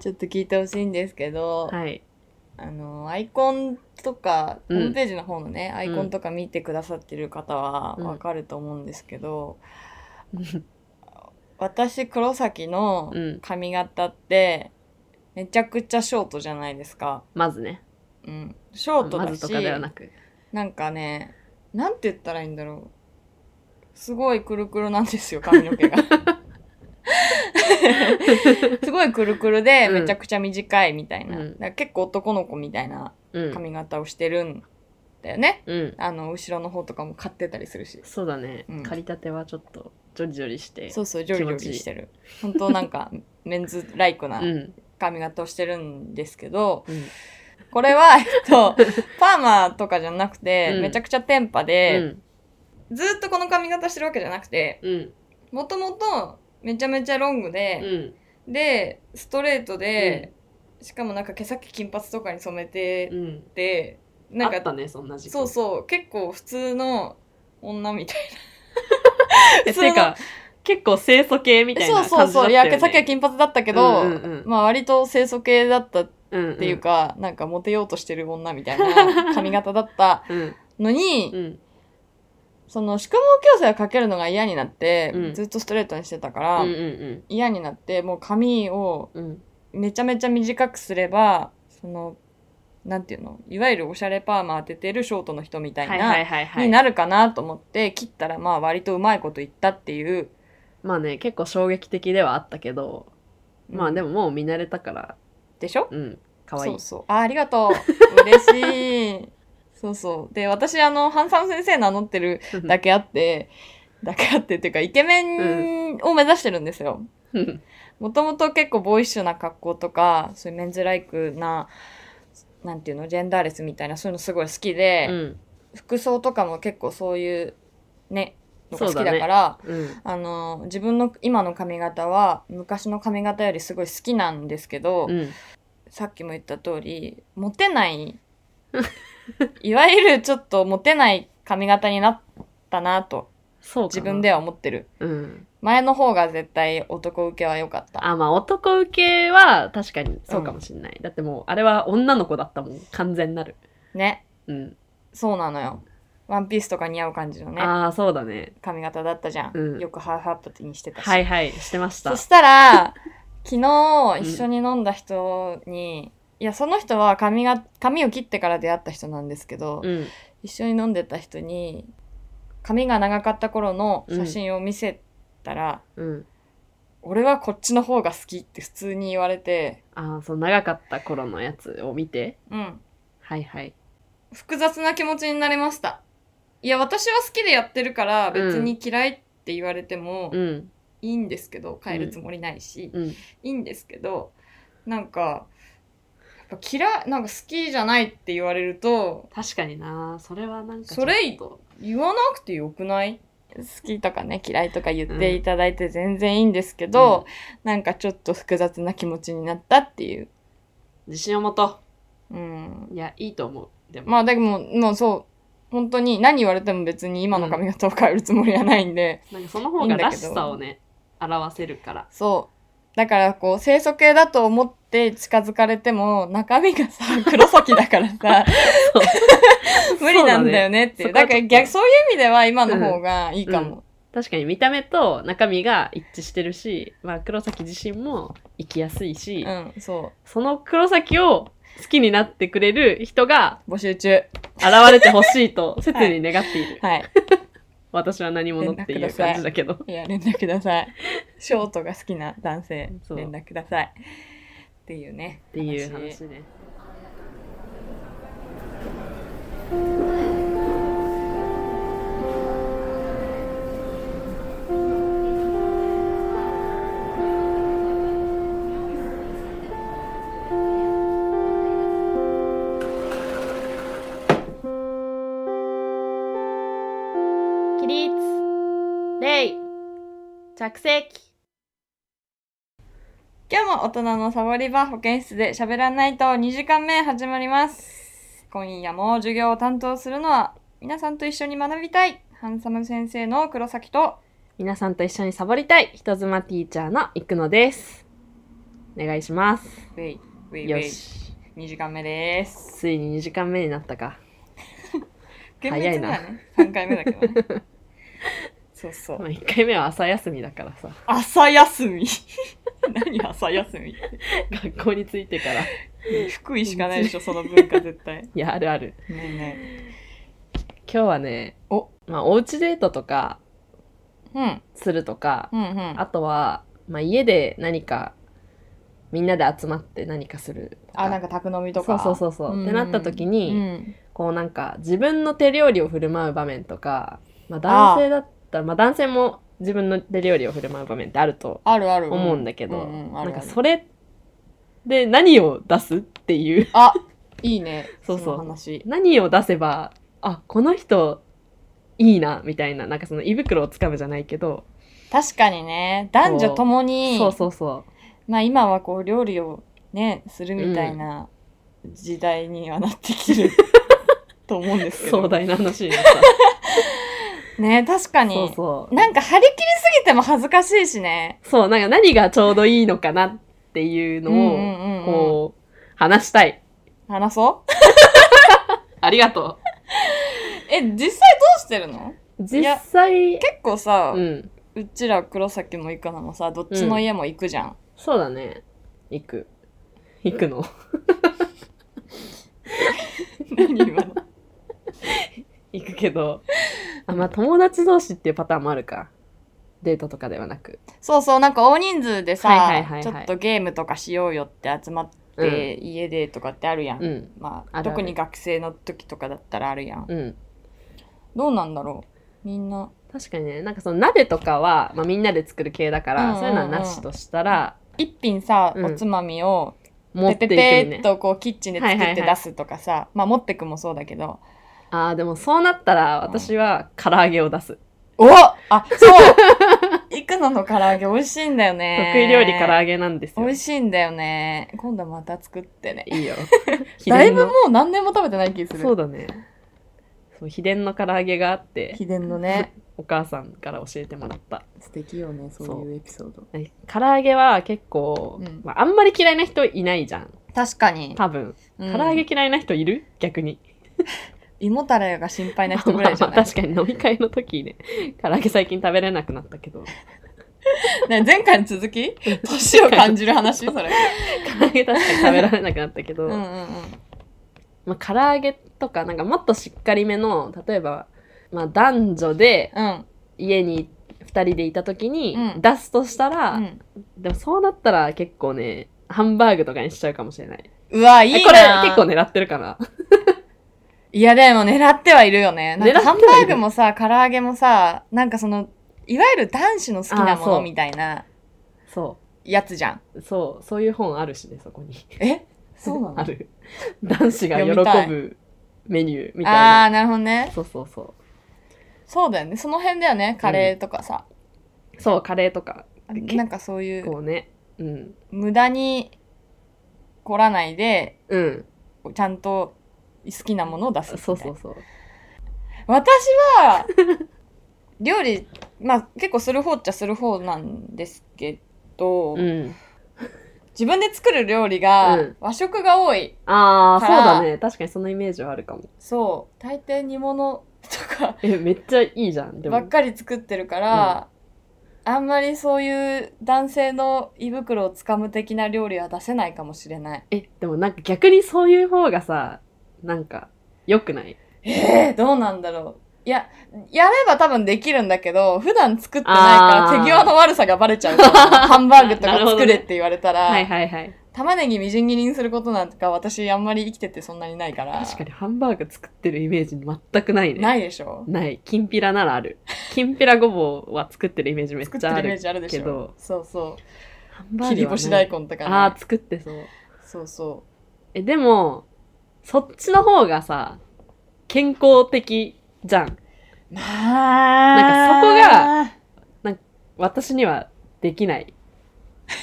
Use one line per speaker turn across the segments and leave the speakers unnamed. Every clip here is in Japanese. ちょっと聞いてほしいんですけど、
はい。
あの、アイコンとか、ホ
うん
ームページの方のね、アイコンとか見てくださってる方は
うん
わかると思うんですけ ど、私、黒崎の
うん。
髪型って、めちゃくちゃショートじゃないですか。
まずね。
うん。ショート
ま
だ
ずと
し、
かではなく。
なんかね、なんて言ったらいいんだろう。すごいくるくるなんですよ、髪の毛 が。すごいくるくるで、
うん
めちゃくちゃ短いみたいな。
うん
だから結構男の子みたいな
うん。
髪型をしてるんだよね。
うん。
あの、後ろの方とかも買ってたりするし。
そうだね
うん。
借りたてはちょっと、ジョリジョリして。
そうそう、ジョリジ
気
ョ
持
リ
ちいい
してる。本当なん か、メンズライクな
うん。
髪型をしてるんですけど、
うん。
これは、えっ と、パーマとかじゃなくて、
うん
めちゃくちゃテンパ
う
で、
ん。
ずーっとこの髪型してるわけじゃなくて、
うん。
もともとめちゃめちゃロング
う
で、
ん。
で、ストレートで、しかもなんか毛先金髪とかに染めて
うん。
て、
あ
なん
っ
か、
たね、そんな時期。
そうそう、結構普通の女みたい
え
普通の
てか、結構清楚系みたいな
な。
感
そう
じ
そうそう、い
だっ
や、
た
毛
よ
先は
ね。
金髪だったけど、
うんうんうん
まあ割と清楚系だったっ
うんうん
ていうか、なんかモテようとしてる女みたい な髪型だった
うん
のに、
うん
その宿毛矯正をかけるのが嫌になって、
うん
ずっとストレートにしてたから、
うんうん
嫌になって、もう髪を
うんうん
めちゃめちゃ短くすればそのなんていうのいわゆるおしゃれパーマ当ててるショートの人みたいな、
はいはいはいは
に
い
なるかなと思って切ったらまあ割とうまいこといったっていう、
まあね結構衝撃的ではあったけどまあで
も
ももう見慣れたから
でしょ
うん可愛い
そうそうあありがとう嬉しい そうそうで私あのハンサム先生名乗ってるだけあってだけあってっていうかイケメンを目指してるんですよ、
うん
もともと結構ボーイッシュな格好とか、そういうメンズライクな、なんていうの、ジェンダーレスみたいな、そういうのすごい好きで、
うん
服装とかも結構そういう、ね、のが好
そう
きだ
だね
から、
うん
あの、自分の今の髪型は、昔の髪型よりすごい好きなんですけど、
うん
さっきも言った通り、モテない、 いわゆるちょっとモテない髪型になったなと、
そうかな
自分では思ってる。
うん
前の方が絶対男受けは良かった。
あまあ男受けは確かにそうかもしんないだってもうあれは女の子だったもん完全なる
ね。
うん
そうなのよ。ワンピースとか似合う感じのね、
ああそうだね
髪型だったじゃん。
うん
よくハーフアップにしてたし。
はいはいしてました
そしたら、昨日一緒に飲んだ人に、いや、その人は髪が、髪を切ってから出会った人なんですけど、
うん
一緒に飲んでた人に、髪が長かった頃の写真を見せたら、
うん
俺はこっちの方が好きって普通に言われて、
ああそう長かった頃のやつを見て
うん、
はいはい
複雑な気持ちになれました。いや、私は好きでやってるから、別に嫌いって言われても、
うん
いいんですけど変えるつもりないし、
うん
いいんですけどなんかやっぱ嫌いなんか好きじゃないって言われると
確かになそれはなんか
それ
ちょっと
言わなくてよくない好きとかね嫌いとか言っていただいて全然いいんですけど、なんかちょっと複雑な気持ちになったっていう、
自信を持と
うん、
ういやいいと思うでも、
まあでももうそう本当に何言われても別に今の髪型を変えるつもりはないんで、
なんかその方がらしさをね表せるから
そう。だから、こう、清楚系だと思って近づかれても、中身が さ、黒崎だからさ、無理なんだよねっていう。
そうだ
だ
ね
から
そこ
逆、そ
はちょっと
ういう意味では今の方がいいかも。
確かに見た目と中身が一致してるし、まあ、黒崎自身も生きやすいし、
うん、そ
その黒崎を好きになってくれる人が
う。募集中。
現れてほしいと切に願っている、
はい。
私は何者っていう感じだけど
いや、連絡くださ い。ショートが好きな男性、
そう
連絡ください。っていうね。
っていう話ね起立礼着席
今日も大人のサボり場保健室で喋らないと2時間目始まります。今夜も授業を担当するのは皆さんと一緒に学びたいハンサム先生の黒崎と
皆さんと一緒にサボりたい人妻ティーチャーのいくのですお願いします。
ウェイ、ウェイ、ウ
よ
ェイ。
し。
2時間目です。
ついに2時間目になったか。
厳
早
密
い
に
な
はね、3回目だけどね。 そうそ
ま
う。
あ、1回目は朝休みだからさ。
朝休み。 何朝休みって
学校に着いてから。い
福井しかないでしょ、その文化絶対。ね
や、あるある。
えね
今日はね、
お、
まあ、おうちデートとか、
え。うん、
するとか、
うん、うん。
あとは、まあ、家で何か、みんなで集まって何かするとか。
あ、なんか宅飲みとか。
そうそうそうそうってなった時に
うん
こうなんか、自分の手料理を振る舞う場面とか、まあ、男性だったら、まあ、男性も自分の手料理を振る舞う場面ってあると
あるある。
思うんだけど、
ううあ
な
るあ
んか
る
それで何を出すっていう
あ、いいね。
そうそう
の話。
何を出せばあこの人いいなみたいななんかその胃袋をつかむじゃないけど、
確かにね、男女ともに、
そうそうそ
まあ今はこう料理をね、するみたいな時代にはなってき てると思うんで
う
すけど。
壮大な話にな った
ね、確かに。
そうそう
なんか張り切りすぎても恥ずかしいしね。
そうなんか何がちょうどいいのかなっていう
うんう
のを
んうんうん、
こう話したい
話そう
ありがと
え、実際どうしてるの
う
い
実
や
際
結構さ、
う
うんちら黒崎も行くのもさ、どっちの家も行くじゃん。
そうだね行く行くの
何今の
行くけどあまあ友達同士っていうパターンもあるかデートとかではなく
そうそう、なんか大人数でさ、
はいはいはいはい
ちょっとゲームとかしようよって集まって、家でとかってあるやん。
うん
まあ
あるある
特に学生の時とかだったらあるやん。
うん
どうなんだろうみんな。
確かにねなんかその鍋とかは、まあ、みんなで作る系だから、
うんうんうん
そういうのはなしとしたら
一品さ、
うん
おつまみを
持
ペ
って
ペ
いくみね
ペーっとこうキッチンで作って出すとかさ、まあ持ってくもそうだけど。
ああでもそうなったら私は唐揚げを出す、
おあ、 そういくのの唐揚げ美味しいんだよね。
得意料理唐揚げなんですよ
美味しいんだよね。今度また作ってね。
い いよ秘
だい
伝
ぶ
の
もう何年も食べてない気する。
そうだねそう秘伝の唐揚げがあって
秘伝のね。
お母さんから教えてもらった
素敵よね、
そうそう
いうエピソード。
え唐揚げは結構、
うん
まあ、あんまり嫌いな人いないじゃん
確かに。
多分
唐
唐揚げ嫌いな人いる、逆に
胃もたれが心配な人ぐらいじゃない、
まあまあ確かに飲み会の時ね唐揚げ最近食べれなくなったけ ど
ね、前回の続 き年を感じる話それ。
唐揚げ確かに食べられなくなったけど、
うんうんうん。
まあ、唐揚げとかなんかもっとしっかりめの例えば、まあ、男女で
うん。
家に2人でいた時に
うん
出すとしたら、
うん
でもそうなったら結構ねハンバーグとかにしちゃうかもしれない。
うわ、いいな
えこれ結構狙ってるかな。
いや、でも狙ってはいるよね。なん
狙
か
って
ハ
は
ン
い
バ
る
ーグもさ、唐揚げもさ、なんかその、いわゆる男子の好きなも
あーそ
の
う
みたいな
そ
やつじゃん。
う。そう。そういう本あるしね、そこに。
えそうなの
ある。男子が
読みたい
喜ぶメニューみ
あ
た
あ
い
ー、なるほどね
な。。そうそうそ
そうだよね。その辺だよね。カレーとかさ。
う。そう、カレーとか。結
なんかそういう、
こうね。うん。
無駄に凝らないで、
うん。
ちゃんと好きなものを出すみたいな。
そうそうそう。
私は料理まあ結構する方っちゃする方なんですけど、
うん。
自分で作る料理が
うん
和食が多い、
ああ、
か
そう
ら
だね。確かにそのイメージはあるかも。
そう大抵煮物とか
え、めっちゃいいじゃん。で
ば
も
っ。かり作ってるから、あんまりそういう男性の胃袋をつかむ的な料理は出せないかもしれない
え、でもなんか逆にそういう方がさ、なんか、良くない
えー、どうなんだろういや、やれば多分できるんだけど、普段作ってない
あ
から手
ー
際の悪さがバレち ゃうから。ハンバーグとか
なるほど
作
ね
れって言われたら、
はいはいはい。
玉ねぎみじん切りにすることなんか私あんまり生きててそんなにないから
確かにハンバーグ作ってるイメージ全くないね。
ないでしょ
ない。きんぴらならある。きんぴらごぼうは作ってるイメージめっ
作っ
ち
て
ゃ
る
あ
イメー
る。
ジあるでし
け
ょ
ど
そうそ
ハンバーグ
う
は
切り干し大
ね。
根と
あ
か
あ、
ね
作ってそう。
そうそ
え、でも、そっちの方がさ、健康的じゃん。
うまあ
なん
か
私にはできない。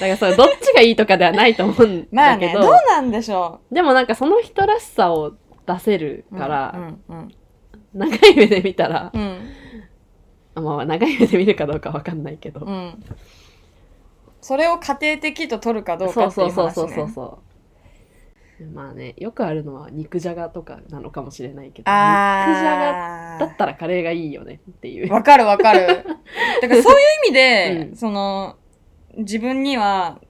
だか らそれどっちがいいとかではないと思うん
まあ
だけ
ね
ど、
どうなんでしょ
でもなんかその人らしさを出せる
う
から、
うんうん
長い目で見たら、
うん
まあまあ長い目で見るかどうかわかんないけど、
うんうんそれを家庭的と取るかどう
そ
か
う
ってい
そううそ
話
うそうそう
ね。
そうまあねよくあるのは肉じゃがとかなのかもしれないけど肉じゃ
あ
がだ
あ
ったらカレーがいいよねっていう
わかるわか る。だからそういう意味で、
うん
その自分には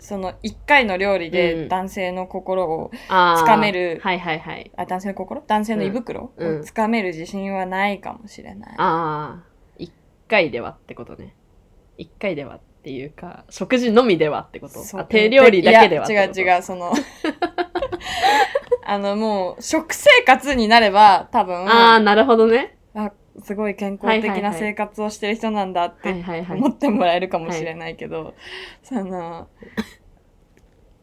その一回の料理
う
で
ん
男性の心を、
つ
掴める
はいはいはい
あ男性の心男性の胃袋を
うん
つかめる自信はないかもしれない。
ああ一回ではってことね一回ではっていうか食事のみではってこと
そう
あ手料理だけではっ
いや違う
てこと
違うその あのもう食生活になれば多分
ああなるほどね
すごい健康
はいは
的
いは
ない生活をしてる人なんだっ
はい
て
はいはい
思ってもらえるかもしれないけど、その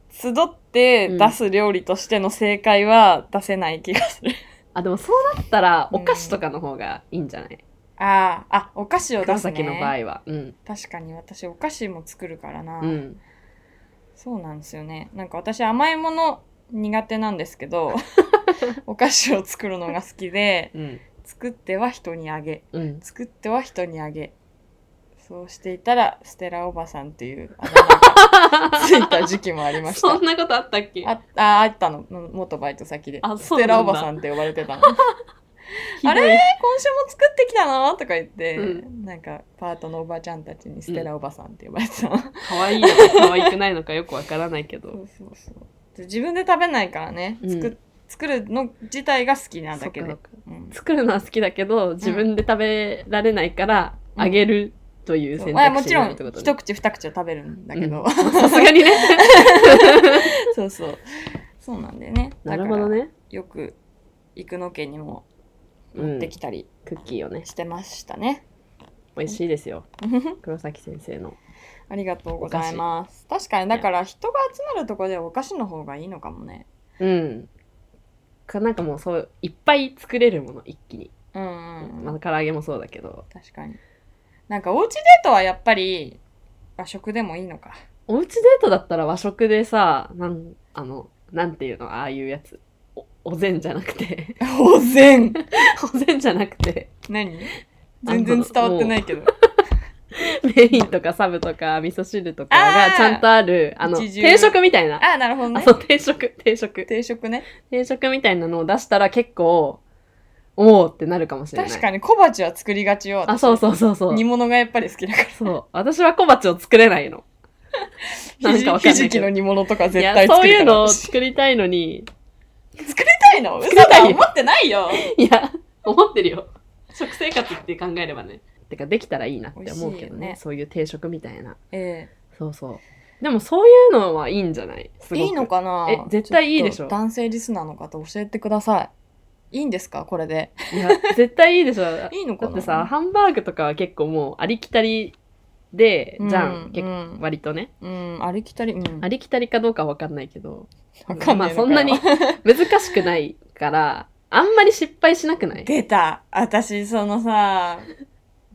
集って出す料理としての正解は出せない気がする。
あでもそうなったら
うん
お菓子とかの方がいいんじゃない、
あああお菓子を出
黒
す
崎の場
ね。
合はうん
確かに私お菓子も作るからな。
うん
そうなんですよね。なんか私甘いもの苦手なんですけ ど、お菓子を作るのが好きで、
うん
作っては人にあげ、
うん
作っては人にあげ。そうしていたら、ステラおばさんっていうあだ名がついた時期もありまし
そ
た
ん。なことあったっけ
あああったの、元バイト先で。
あそ
ス
うな
テ
んだ
ラおばさんって呼ばれてた の。今あれ週も作ってきたのとか言って、
う
なんかパートのおばちゃんたちにステラおばさんって呼ばれ てたの。
かわいいのかかわいくないのかよくわからないけ
そ
ど
うそうそうで自分で食べないからね、
うん
作作るの自体が好きなだけ
そ
で
っかそっか
うん
作るのは好きだけど自分で食べられないから
うん
あげるという
そう
選
まあ、
択
も
肢
ち
に
ろ
なんるってことね
一口二口は食べるんだけど、
うんさすがにね
そう そうそうなんだよね
なるほど
だか
ね
らよく生野家にも
うん
できたり
クッキーをね
してました ね、
美味しいですよ黒崎先生の
ありがとうございます確かにだから人が集まるとこではお菓子の方がいいのかもね
うんかなんかもうそういっぱい作れるもの一気に、
うんうんうん、
まあ唐揚げもそうだけど
確かになんかおうちデートはやっぱり和食でもいいのか
おうちデートだったら和食でさなんあのなんていうのああいうやつおお膳じゃなくて
おぜん
お膳じゃなくて
何
あの
全然伝わってないけど。
メインとかサブとか味噌汁とかが
あー
ちゃんとあるあの
一汁
定食みたいな
ああ、なるほど
あ
ね
そ。う定食定食
定食ね。
定食みたいなのを出したら結構おおってなるかもしれない
確かに小鉢は作りがちよ。
あそうそうそうそう
煮物がやっぱり好きだから。
そう。私は小鉢を作れないの。 なんかわかんな
ひ
いけど
じきの煮物とか絶
い
対
や、
作
そう
る
い
か
う
ら
のを
私
作りたい のに。
作りたいの嘘
りたい
だ思ってない よ。
いや、思ってるよ。食生活って考えればね。てか、できたらいいなって思うけ
美
ど
味しいよ
ね。
ね
そういう定食みたいな。
え
そうそう。でもそういうのはいいんじゃないす
え
ごく
いいのかな
え絶対いいでしょ
ちっと男性リスナーの方教えてください。いいんですかこれで。
いや、絶対いいでしょ。だ
いいのかな
ってさ、ハンバーグとかは結構もうありきたりで、じゃ。
うん
結構
ん
割とね。
うん。うん、ありきたり。うん。
ありきたりかどうかわかんないけど。
わかん
ま
な
あ
いのかよ
そんなに難しくないから、あんまり失敗しなくない
出た私そのさ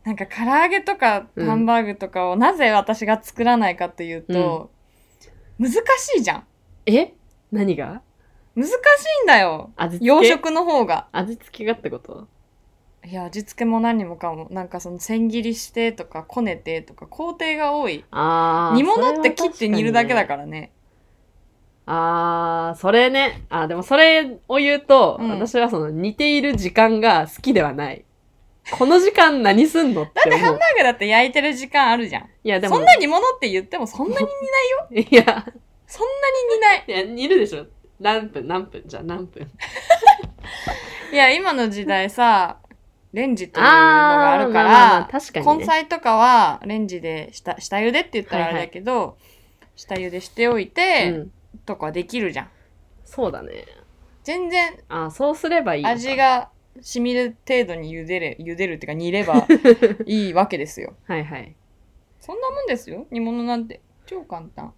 なんか唐揚げとか
うん
ハンバーグとかをなぜ私が作らないかというと、難しいじゃん
え何が
難しいんだよ
味付け
洋食の方が
味付けがってこと
いや味付けも何もかもなんかその千切りしてとかこねてとか工程が多い
あー
煮物って切って煮るだけだ
ら。
からね
あー、それね。あーでもそれを言うと、
うん
私はその煮ている時間が好きではない。この時間何すんのって思う。
ハンバーグだって焼いてる時間あるじゃん
いや、でも。
そんな煮物って言ってもそんなに
いや、
そんなに煮 ない
いや、煮るでしょ。何分、何分、じゃあ何分。
いや今の時代さレンジというのがあるから、
まあまあまあ確かに、
根
ね。
菜とかはレンジで下下茹でって言ったらあれだけど、下茹でしておいうて、
ん。
とかできるじゃん
そうだね。
全然
あーそうすればいいのか。
味が染みる程度に茹でれ茹でるっていうか煮れ ばいいわけですよ
はいはい。
そんなもんですよ煮物なんて超簡単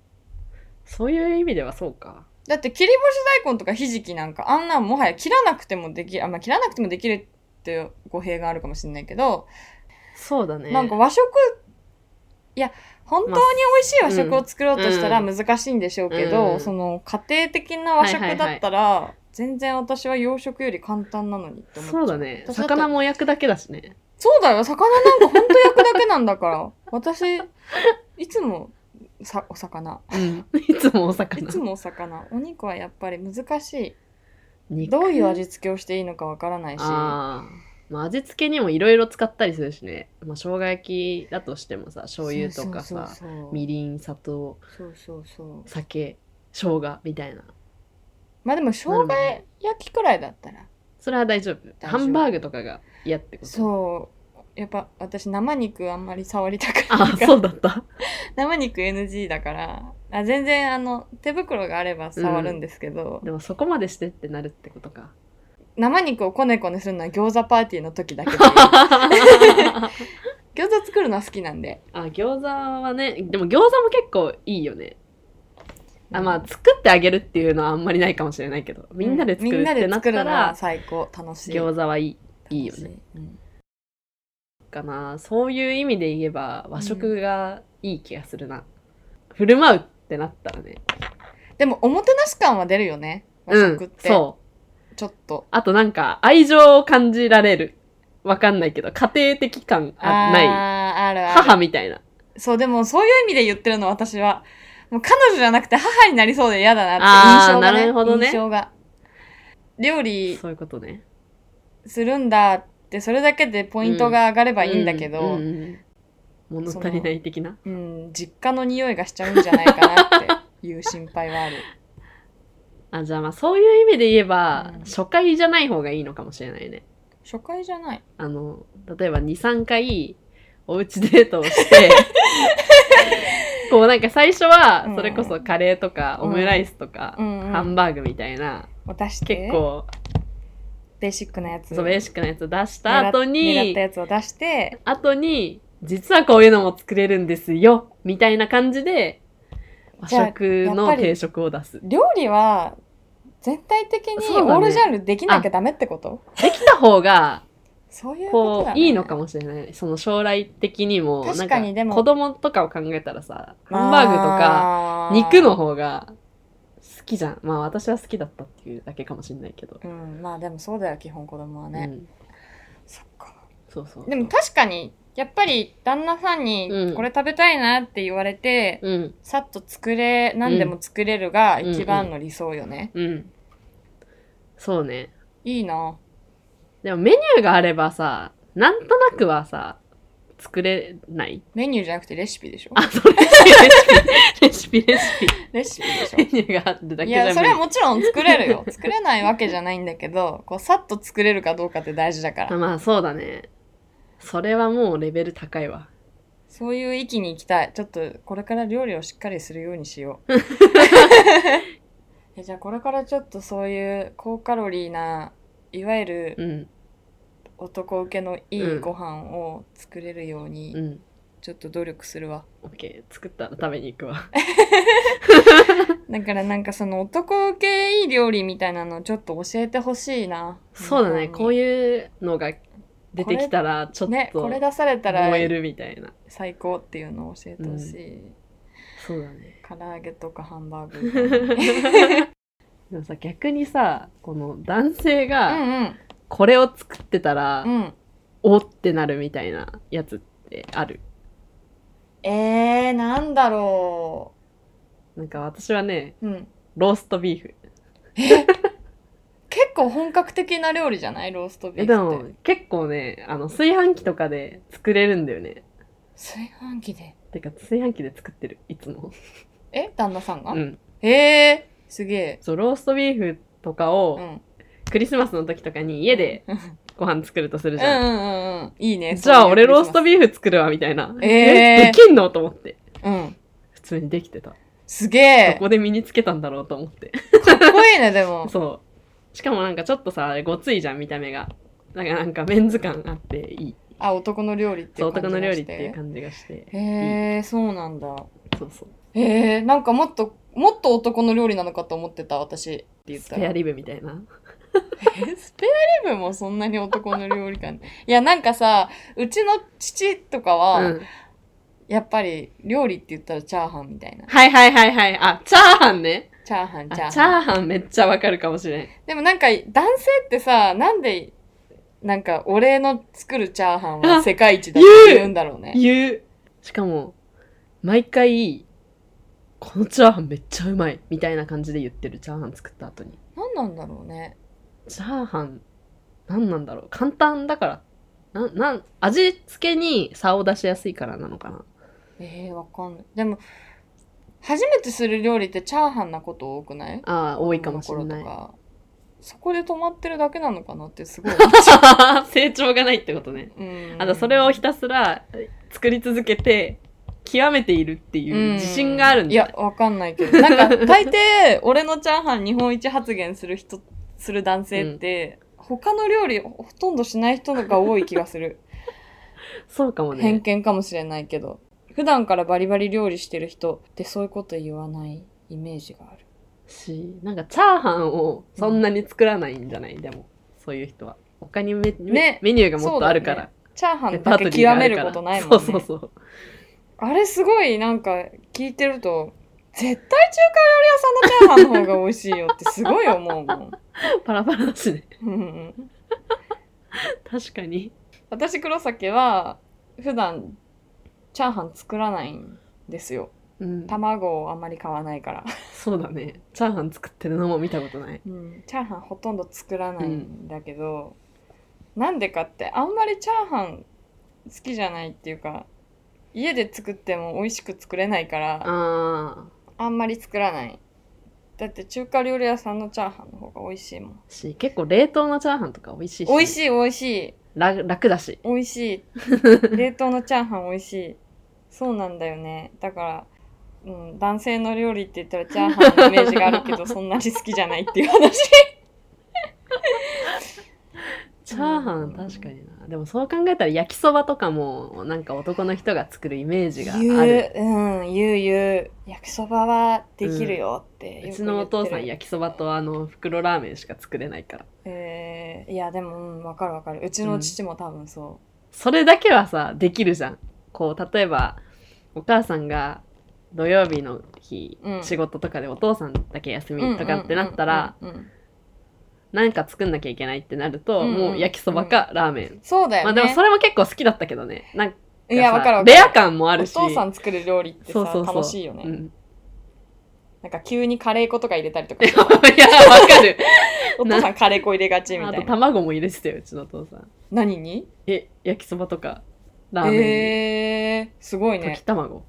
そういう意味ではそうか。
だって切り干し大根とかひじきなんかあんなんもはや切らなくてもできあ、まあ、切らなくてもできるって語弊があるかもしれないけど、
そうだね。
なんか和食いや本当に美味しい和食を作ろうとしたら
うん
難しいんでしょうけど、
うん
その家庭的な和食だったら、全然私は洋食より簡単なのにって思っちゃ
そうだね。
私って
魚も焼くだけだしね。
そうだよ魚なんか本当焼くだけなんだから私いつもさお魚
うん、いつもお
い
魚
つもお魚お肉はやっぱり難しい
肉
どういう味付けをしていいのかわからないし
あー、まあ、味付けにもいろいろ使ったりするしね、まあ、生姜焼きだとしてもさ醤油とかさ
そうそうそう
みりん砂糖
そうそうそう
酒生姜みたいな
まあでも生姜焼きくらいだったら
それは大丈夫
夫
ハンバーグとかが嫌ってこと
そうやっぱ私生肉あんまり触りたくない
あ
から
そうだった
生肉 NG だからあ全然あの手袋があれば触るんですけど、
でもそこまでしてってなるってこと か
生肉をこねこねするのは餃子パーティーの時だ けっていう餃子作るのは好きなんで
あ餃子はねでも餃子も結構いいよねあまあ作ってあげるっていうのはあんまりないかもしれないけどみんなで作
み
る
んな
って
で
なっ
作
た
るのは
ら
最高楽しい
餃子はいいいいよね
楽しうん
かなそういう意味で言えば和食がいい気がするな、振る舞うってなったらね
でもおもてなし感は出るよね和食って、
うん、そう
ちょっと
あとなんか愛情を感じられるわかんないけど家庭的感あない
あーあるある
母みたいな
そうでもそういう意味で言ってるの私はもう彼女じゃなくて母になりそうで嫌だなって印象が
あーな
ね
るほどね
印象が料理
そういうことね
するんだってそれだけでポイントが上がればいいんだけど、
うんうんうん物足りない的な
うん、実家の匂いがしちゃうんじゃないかなっていう心配 はある。
あじゃあまあそういう意味で言えば、
うん
初回じゃない方がいいのかもしれないね
初回じゃない。
あの例えば23回おうちデートをして こうなんか最初はそれこそカレーとか
う
オ
ん
ムライスとか、
うん、うん。
ハンバーグみたいな、
を出して
結構
ベーシックなやつ。
そうベーシックなやつ出した後
狙っ狙っ
に
たやつを出して、
後に実はこういうのも作れるんですよみたいな感じで和
じゃあ
食
やっぱ
の
り
定食を出す
料理は全体的に
そうだね
オールジャンルできなきゃダメってこと
できた方が
そう,、いうこと
こ
だ、
う
ね。
いいのかもしれないその将来的にも
確かに
な
で
ん
も
か子供とかを考えたらさ
あー。
ハンバーグとか肉の方が好きじゃんまあ私は好きだったっていうだけかもしれないけど、
うん、まあでもそうだよ、基本子供は
う
ね。
ん、
そっか。
そうそう
でも確かに、やっぱり旦那さん
う
に
ん
これ食べたいなって言われて、
うん
さっと作れ、何でも作れるが一番の理想よね。
うんそうね
いいな。
でもメニューがあればさ、なんとなくはさ、作れない
メニューじゃなくてレシピでしょ
あ、それレシピ、レシピ、レシ
レシピでし
ピ。メニューがあるだけ
い
じゃ無
や、
理
それはもちろん作れるよ。作れないわけじゃないんだけど、こう、さっと作れるかどうかって大事だから。
まあそうだね。それはもうレベル高いわ。
そういう域に行きたい。ちょっと、これから料理をしっかりするようにし よう。えじゃあ、これからちょっとそういう高カロリーな、いわゆる
うん、
男受けのいい
うん
ご飯を作れるよう
う
に、
ん。
ちょっと努力するわ。
オッケー。作ったら食べに行く わ。
だからなんかその男受けいい料理みたいなのをちょっと教えてほしいな。
そうだね。こう
う
いうのが出てきたら、ちょっ
ね、
と
これ
燃
出されたら
えるみたいな。
最高っていうのを教えてほしい、
そうだね。
唐揚げとかハンバーグ
でもさ、逆にさ、この男性
う
が
ん
これを作ってたら、
うんうん
おってなるみたいなやつってある
えー、なんだろ
なんか私はね
う、うん、
ローストビーフ
結構本格的な料理じゃないローストビーフ
えで
って
も結構ねあの炊飯器とかで作れるんだよね
炊飯器で
てか炊飯器で作ってるいつも
え旦那さんが、
うん
えー、すげえ
そうローストビーフとか
う
を
ん
クリスマスの時とかに家で
うん
ご飯作るとする
うん
じゃん、
うんうんいいね
じゃあ俺ロースト
ビ
ビーフ作るわみたいな
えー
できんのと思って
ーフうん
普通にできてた
すげ
ど
え
こで身につけたんだろうと思って
かっこいいねでも
そうしかもなんかちょっとさごついじゃん見た目がだからなんかメンズ感あっていい
あ男の料理ってい
そう
う感
男
じが
の
して
料理っていう感じがして
えー、そうなんだ
そうそう
えー、なんかもっともっと男の料理なのかと思ってた私って言っ
ス
た
ペ
ら
アリブみたいな
えスペ アリブもそんなに男の料理感。いや、なんかさ、うちの父とかは、
うん
やっぱり料理って言ったらチャーハンみたいな。
はいはいはいはいあチャーハンね
チャーハン、
あ
チャー
チ
ハン。
ャーハンめっちゃわかるかもしれん
でもなんか男性ってさ、なんで、なんか俺の作るチャーハンは
あ
世界一だって言うんだろうね。
言うしかも毎回このチャーハンめっちゃうまいみたいな感じで言ってるチャーハン作った後に
何なんだろうね。
チャーハン何なんだろう簡単だからなんなん味付けに差を出しやすいからなのかな
ええわかんない。でも、初めてする料理ってチャーハンなこと多くない
ああ多いかもしれな
子供の頃
い
とかそこで止まってるだけなのかなって すごい。
成長がないってことね
うん
あとそれをひたすら作り続けて極めているっていう自信があるん
い
だ、
や、わかんないけど。なんか、大抵、俺のチャーハン日本一発言する人、する男性って、他の料理ほとんどしない人が多い気がする。
そうかも
偏
ね
見かもしれないけど。普段からバリバリ料理してる人ってそういうこと言わないイメージがある。
しなんかチャーハンをそんなに作らないんじゃない、でもそういう人は他にメ,メ、
ね
メニューがもっとあるから、
チャーハン
パ
だ
ー
け
トリーが
極
あ
め
る
る
から
ことないもんね。
そうそうそう
あれすごいなんか聞いてると、絶対中華料理屋さんのチャーハンの方が美味しいよってすごい思うもん。
パラパラだしね
うん
確かに
私黒崎は普段チャーハン作らないんですよ
うん
卵をあんまり買わないから、
そうだねチャーハン作ってるのも見たことない
チャーハンほとんど作らないんだけど、なんでかってあんまりチャーハン好きじゃないっていうか家で作っても美味しく作れないから
ああ
あんまり作らないだって中華料理屋さんのチャーハンの方が美味しいもん
し結構冷凍のチャーハンとか美味しいしね、
美味しい美味しい
ら楽だし
美味 しい冷凍のチャーハン美味しいそうなんだよねだから、うん、男性の料理って言ったらチャーハンのイメージがある けどそんなに好きじゃないっていう話
チャーハン
うん
確かにな、でもそう考えたら焼きそばとかもなんか男の人が作るイメージがある
言う、うん、言う言う焼きそばはできるよってよく言
う
って
ち
る
のお父さん焼きそばとあの袋ラーメンしか作れないから
えーいやでも、うん、分かる分かるうちの父も多分そ
それだけはさできるじゃんこう例えばお母さんが土曜日の日、
うん
仕事とかでお父さんだけ休
う、
みとかってなったら
うんうんうんうんうん
なんか作んなきゃいけないってなると、
うんうん
もう焼きそばかラーメン、
そうだよ
まあ
ね、
でもそれも結構好きだったけどねなんかさ
いや分かる分かる
レア感もあるし
お父さん作る料理ってさ
そうそうそう
楽しいよね、
うん、
なんか急にカレー粉とか入れたりとか
い
し
や
て
わかる
お父さんカレー粉入れがちみ
あ
た
と
いな。
卵も入れてたようちのお父さん
何に
え焼きそばとかラーメンに、
えー、すごい
溶
ね
き。卵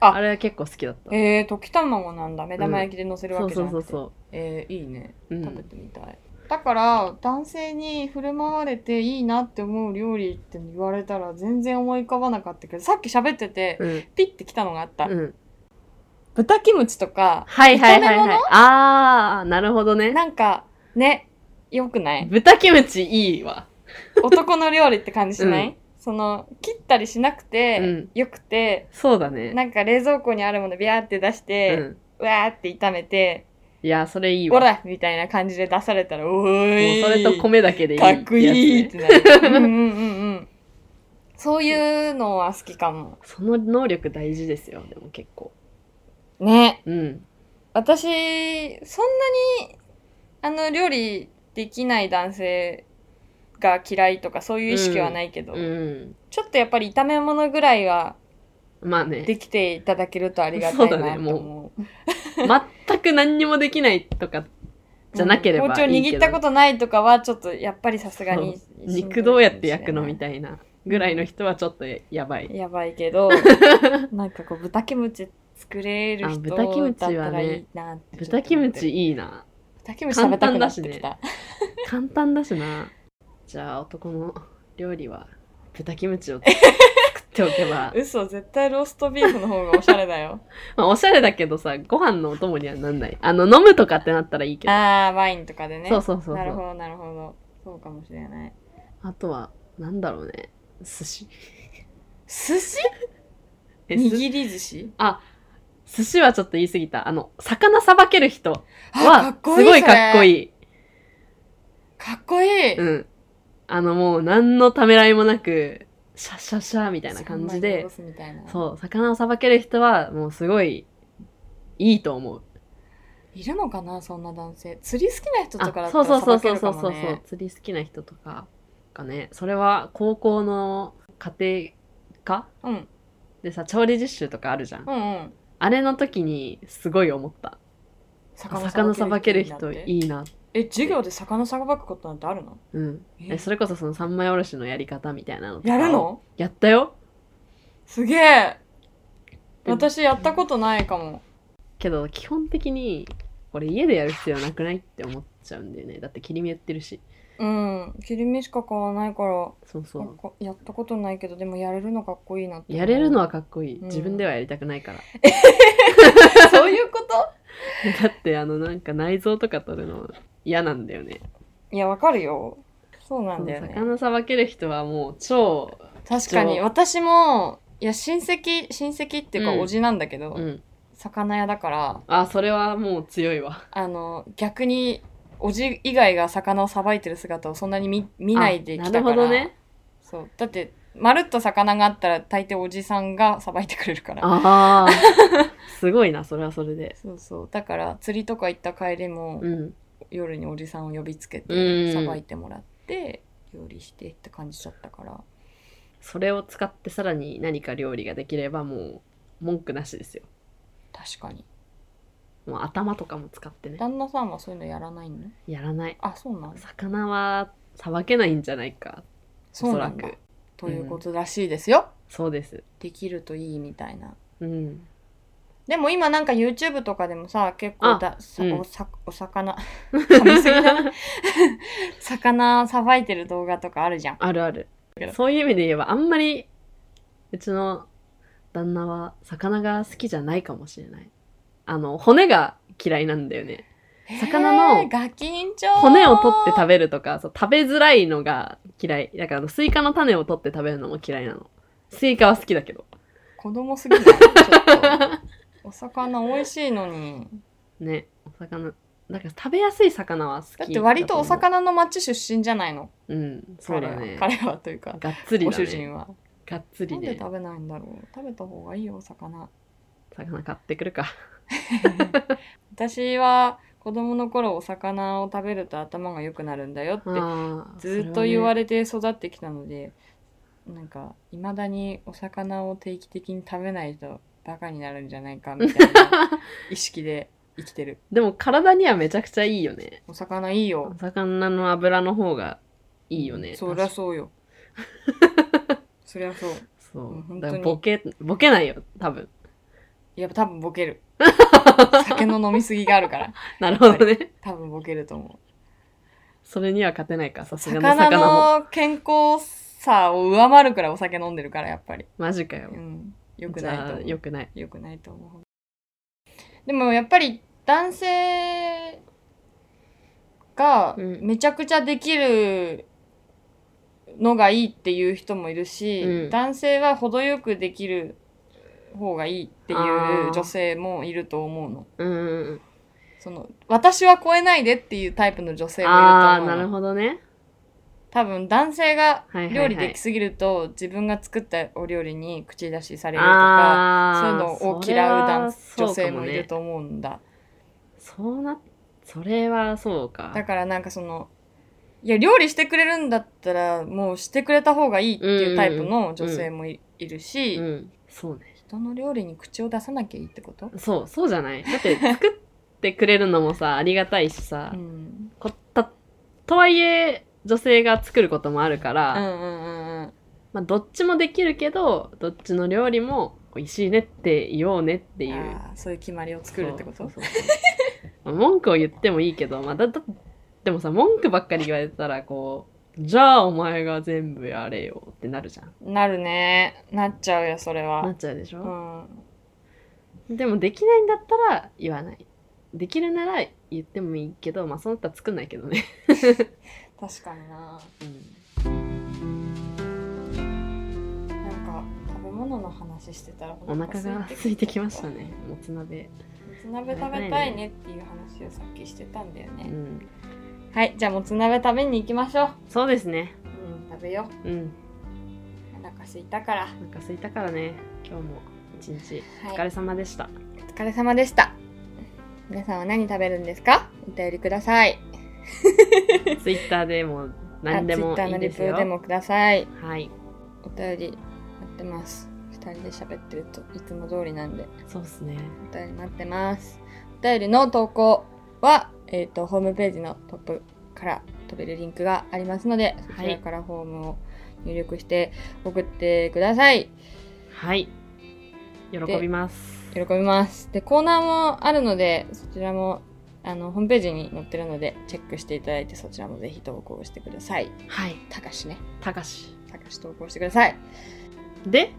あ
あ
れは結構好きだった、
えー、溶き卵なんだ。目玉焼きで乗せる
そ
わ
う
けじ
そ
ゃ
う
な
そう
くて。
そ
えー、いいね。
う、うん、
食べてみたい。だから、男性に振る舞われていいなって思う料理って言われたら全然思い浮かばなかったけど、さっき喋ってて、
うん
ピッてきたのがあった。
うん、
豚キムチとか、
はいはいはい
炒
はい
め
ああなるほどね
なんか、ね、よくない
豚キムチいいわ
男の料理って感じしない、
う
その、切ったりしなくて、
うん
よくて、
そうだね
なんか冷蔵庫にあるものビャーって出して、う
うん、
わーって炒めて、
いやそれいい
ほ
わもう
らみたいな感じで出されたら、お
そ
ーい
れと米だけでいい
かっこいい
や
っ
つ
て
ね
なる。うんうんうんうん。そういうのは好きかも。
その能力大事ですよでも結構
ね。
うん
私、そんなに、あの、料理できない男性が嫌いとかそういう意識はないけど、
うん
ちょっとやっぱり炒め物ぐらいは
まあね
できていただけるとありがた
そう
い
だ
な
ね
と
もう
思う。
全く何にもできないとかじゃなければいいけど、
うん包丁握ったことないとかはちょっとやっぱりさすがに
肉どうやって焼くのみ
いな
たいなぐらいの人はちょっとややばい。
やばいけ どなんかこう豚キムチ作れる人
あ豚キムチ
だ
は
っ
ね
たらいいなってちょっと思
豚
って
キムチいいな。
豚キムチ食べたくなってき
簡
た、
簡単だしな。じゃあ男の料理は豚キムチを作っておけ ば。
嘘絶対ローストビーフの方がおしゃれだよ
まあおしゃれだけどさ、ご飯のお供にはなんない。あの、飲むとかってなったら いいけど。
あーワインとかでね
そうそうそうそ
なるほ
う。
どなるほどそうかもしれない
あとは、なんだろうね。寿司。
寿司
えす
握り寿司
寿司はちょっと言い過ぎた。あの、魚さばける人
あか
は
っ、
す
こいい
ごいかっこ
いい
いい。
かっこいい、
うん。あの、もう何のためらいもなく、シャッシャッシャーみたいな感じ
三枚お
で
ろ、すみたいな
そう、魚をさばける人は、もうすごい、いいと思う。
いるのかなそんな男性釣り好きな人とかだ
あ、
っ
そ
た
うそう
らさば
そう
け
そう
る
そ
かも
うそう
ね
釣り好きな人とかがね、それは高校の家庭科
うん
でさ、調理実習とかあるじゃん。
うんうん
あれの時にすごい思った。あ魚さばける人
い。
いいな。
え、授業で魚さばくことなんてあるの
うん。
え
えそれこそその三枚おろしのやり方みたいなのとか
やるの
やったよ。
すげえ
でも
私やったことないかも。
けど基本的にこれ家でやる必要なくないって思っちゃうんだよねだって切り身やってるし
うん。切り身しか買わないから、
そうそ
なん
う
かやったことないけど、でもやれるのかっこいいなって思う
やれる のはかっこいい、
うん
自分ではやりたくないから
そういうこと
だってあのなんか内臓とか取るの嫌なんだよね
いや、わかるよ。そうな
そ
ん
の
だよね。
魚さばける人はもう超
確か
貴
に。
重
私も、いや、親戚、親戚っていうか、
うん
おじなんだけど、
うん
魚屋だから、
あそれはもう強いわ
あの、逆に、おじ以外が魚をさばいてる姿をそんなに見見ないできたから。
あなるほどね
そう。だって、まるっと魚があったら、大抵おじさんがさばいてくれるから。
ああ すごいなそれはそれで
そうそう。だから、釣りとか行った帰りも、
うん
夜におじさんを呼びつけ
う
て、
ん
さばいてもらって、料理してって感じだったから。
それを使ってさらに何か料理ができればもう文句なしですよ
確かに。
もう頭とかも使ってね
旦那さんはそういうのやらないの
やらない
あ、そうなんだ。
魚はさばけないんじゃないか
そうなんだ
おそらく
ということらしいですよ、
そうです
できるといいみたいな
うん
でも今なんか YouTube とかでもさ結構ださ
うん
おさお魚 噛みすぎだな魚さばいてる動画とかあるじゃん
あるある
だけど
そういう意味で言えばあんまりうちの旦那は魚が好きじゃないかもしれないあの骨が嫌いなんだよね魚の
えーガキンチョウ
骨を取って食べるとかそう食べづらいのが嫌いだからあのスイカの種を取って食べるのも嫌いなのスイカは好きだけど
子供すぎないちょ っとお魚美味しいのに
ねお魚だから食べやすい魚は好き
だって割とお
だ
魚の町出身じゃないの
と思ううんそうだね
彼は彼はというか
がっつり
ご
だ
主人
ね
は、
がっつ
な
り
んで
ね
食べないんだろう食べた方がいいよお魚
魚買ってくるか
私は子供の頃お魚を食べると頭が良くなるんだよってずっと言わ
れ
れて育ってきたので、なんかいまだにお魚を定期的に食べないとバカになるんじゃないかみたい な意識で生きてる
でも体にはめちゃくちゃいいよね
お魚いい
お
よ
魚の油の方がいいよね
そりゃそう よそりゃそう
そう
うん本当に
だからボケボケないよ多分
いや多分ボケる酒の飲みすぎがあるから
なるほどね、
多分ボケると思う
それには勝てないかさすがの
魚
魚も
の健康さを上回るくらいお酒飲んでるからやっぱり
マジかよ
うん、よく
じ
ないと
ゃあ
思う
よくない
よくないと思うでもやっぱり男性が
うん
めちゃくちゃできるのがいいっていう人もいるし、
うん
男性は程よくできる方がいいっていう
あー
女性もいると思うの
うんうんうん
その私は超えないでっていうタイプの女性もいる
ああ
と
な
思う
る
の
ほどね
多分男性が
はいはい、は
料
い、
理できすぎると自分が作ったお料理に口出しされるとか
あ
そういう
ー
のを
それ
嫌う
は
男
そう
女性
か
もい
ね
ると思うんだ。
そうなそれはそうか
だからなんかその、いや、料理してくれるんだったら、もうしてくれた方がいいっていうタイプの女性もい,、るし、
うんそうね
人の料理に口を出さなきゃいいってこと
そうそうじゃないだって作ってくれるの もさありがたいしさ、
うん。
こたとはいえ女性が作ることもあるか
うんうん
ら、
うんうん。
まあ、どっちもできるけどどっちの料理も美味しいねって言おうねっていう
あーそういう決まりを作るってこと
そうそうそう そう文句を言ってもいいけど、まあ、だだでもさ文句ばっかり言われたらこうじゃあお前が全部やれよってなるじゃん
なるね。なっちゃうよ、それ
な
は
っ。ちゃうでし
う
ょ、
ん。
でもできないんだったら言わないできるなら言ってもいいけどまあその他作んないけどね、
確かにな。
うん
なんか、食べ物の話してたら
お腹が空いてきましたね。もつ鍋。
もつ鍋食べたいねっていう話をさっきしてたんだよ
う
ね。
ん。
はい、じゃあもつ鍋食べに行きましょう。
そうですね。
うん、食べよ
うん。
う。お腹すいたから。は
お腹空いたからね。今日も一日お
い、
疲れ様 でし
お
た。
疲れ様でした。皆さんは何食べるんですかお便りください。
ツイッターでも何でも
ツイッター
いい
の
で
リ
す
プ
よ。
でもください。
はい。
お便り待ってます。二2人で喋ってるといつも通りなんで
そうですね。
お便り待ってますお便りの投稿は、えー、とホームページのトップから飛べるリンクがありますのでそちらからフォームを入力して送ってください、
はい。喜びます。
喜びますでコーナーもあるのでそちらもあのホームページに載ってるのでチェックしていただいてそちらもぜひ投稿してください
はい。
たかしね
たかし。
たかし投稿してください
で、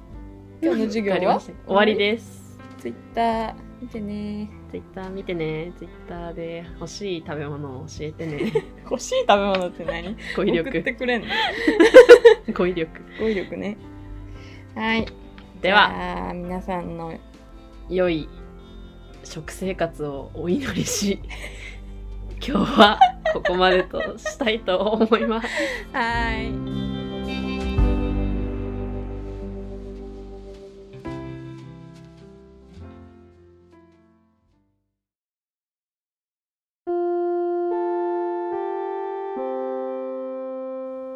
今日の授業
わかり
は
ました終わりです。
ツイッター見てね
ツイッター見てね。ツイッターで欲しい食べ物を教えてね。
欲しい食べ物って 何
語彙
送って
力。
くれんの
語彙力。
語彙力ねはい
では、
は皆さんの
良い食生活をお祈りし、 今日はここまでとしたいと思います。
はい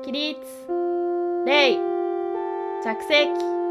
起立礼着席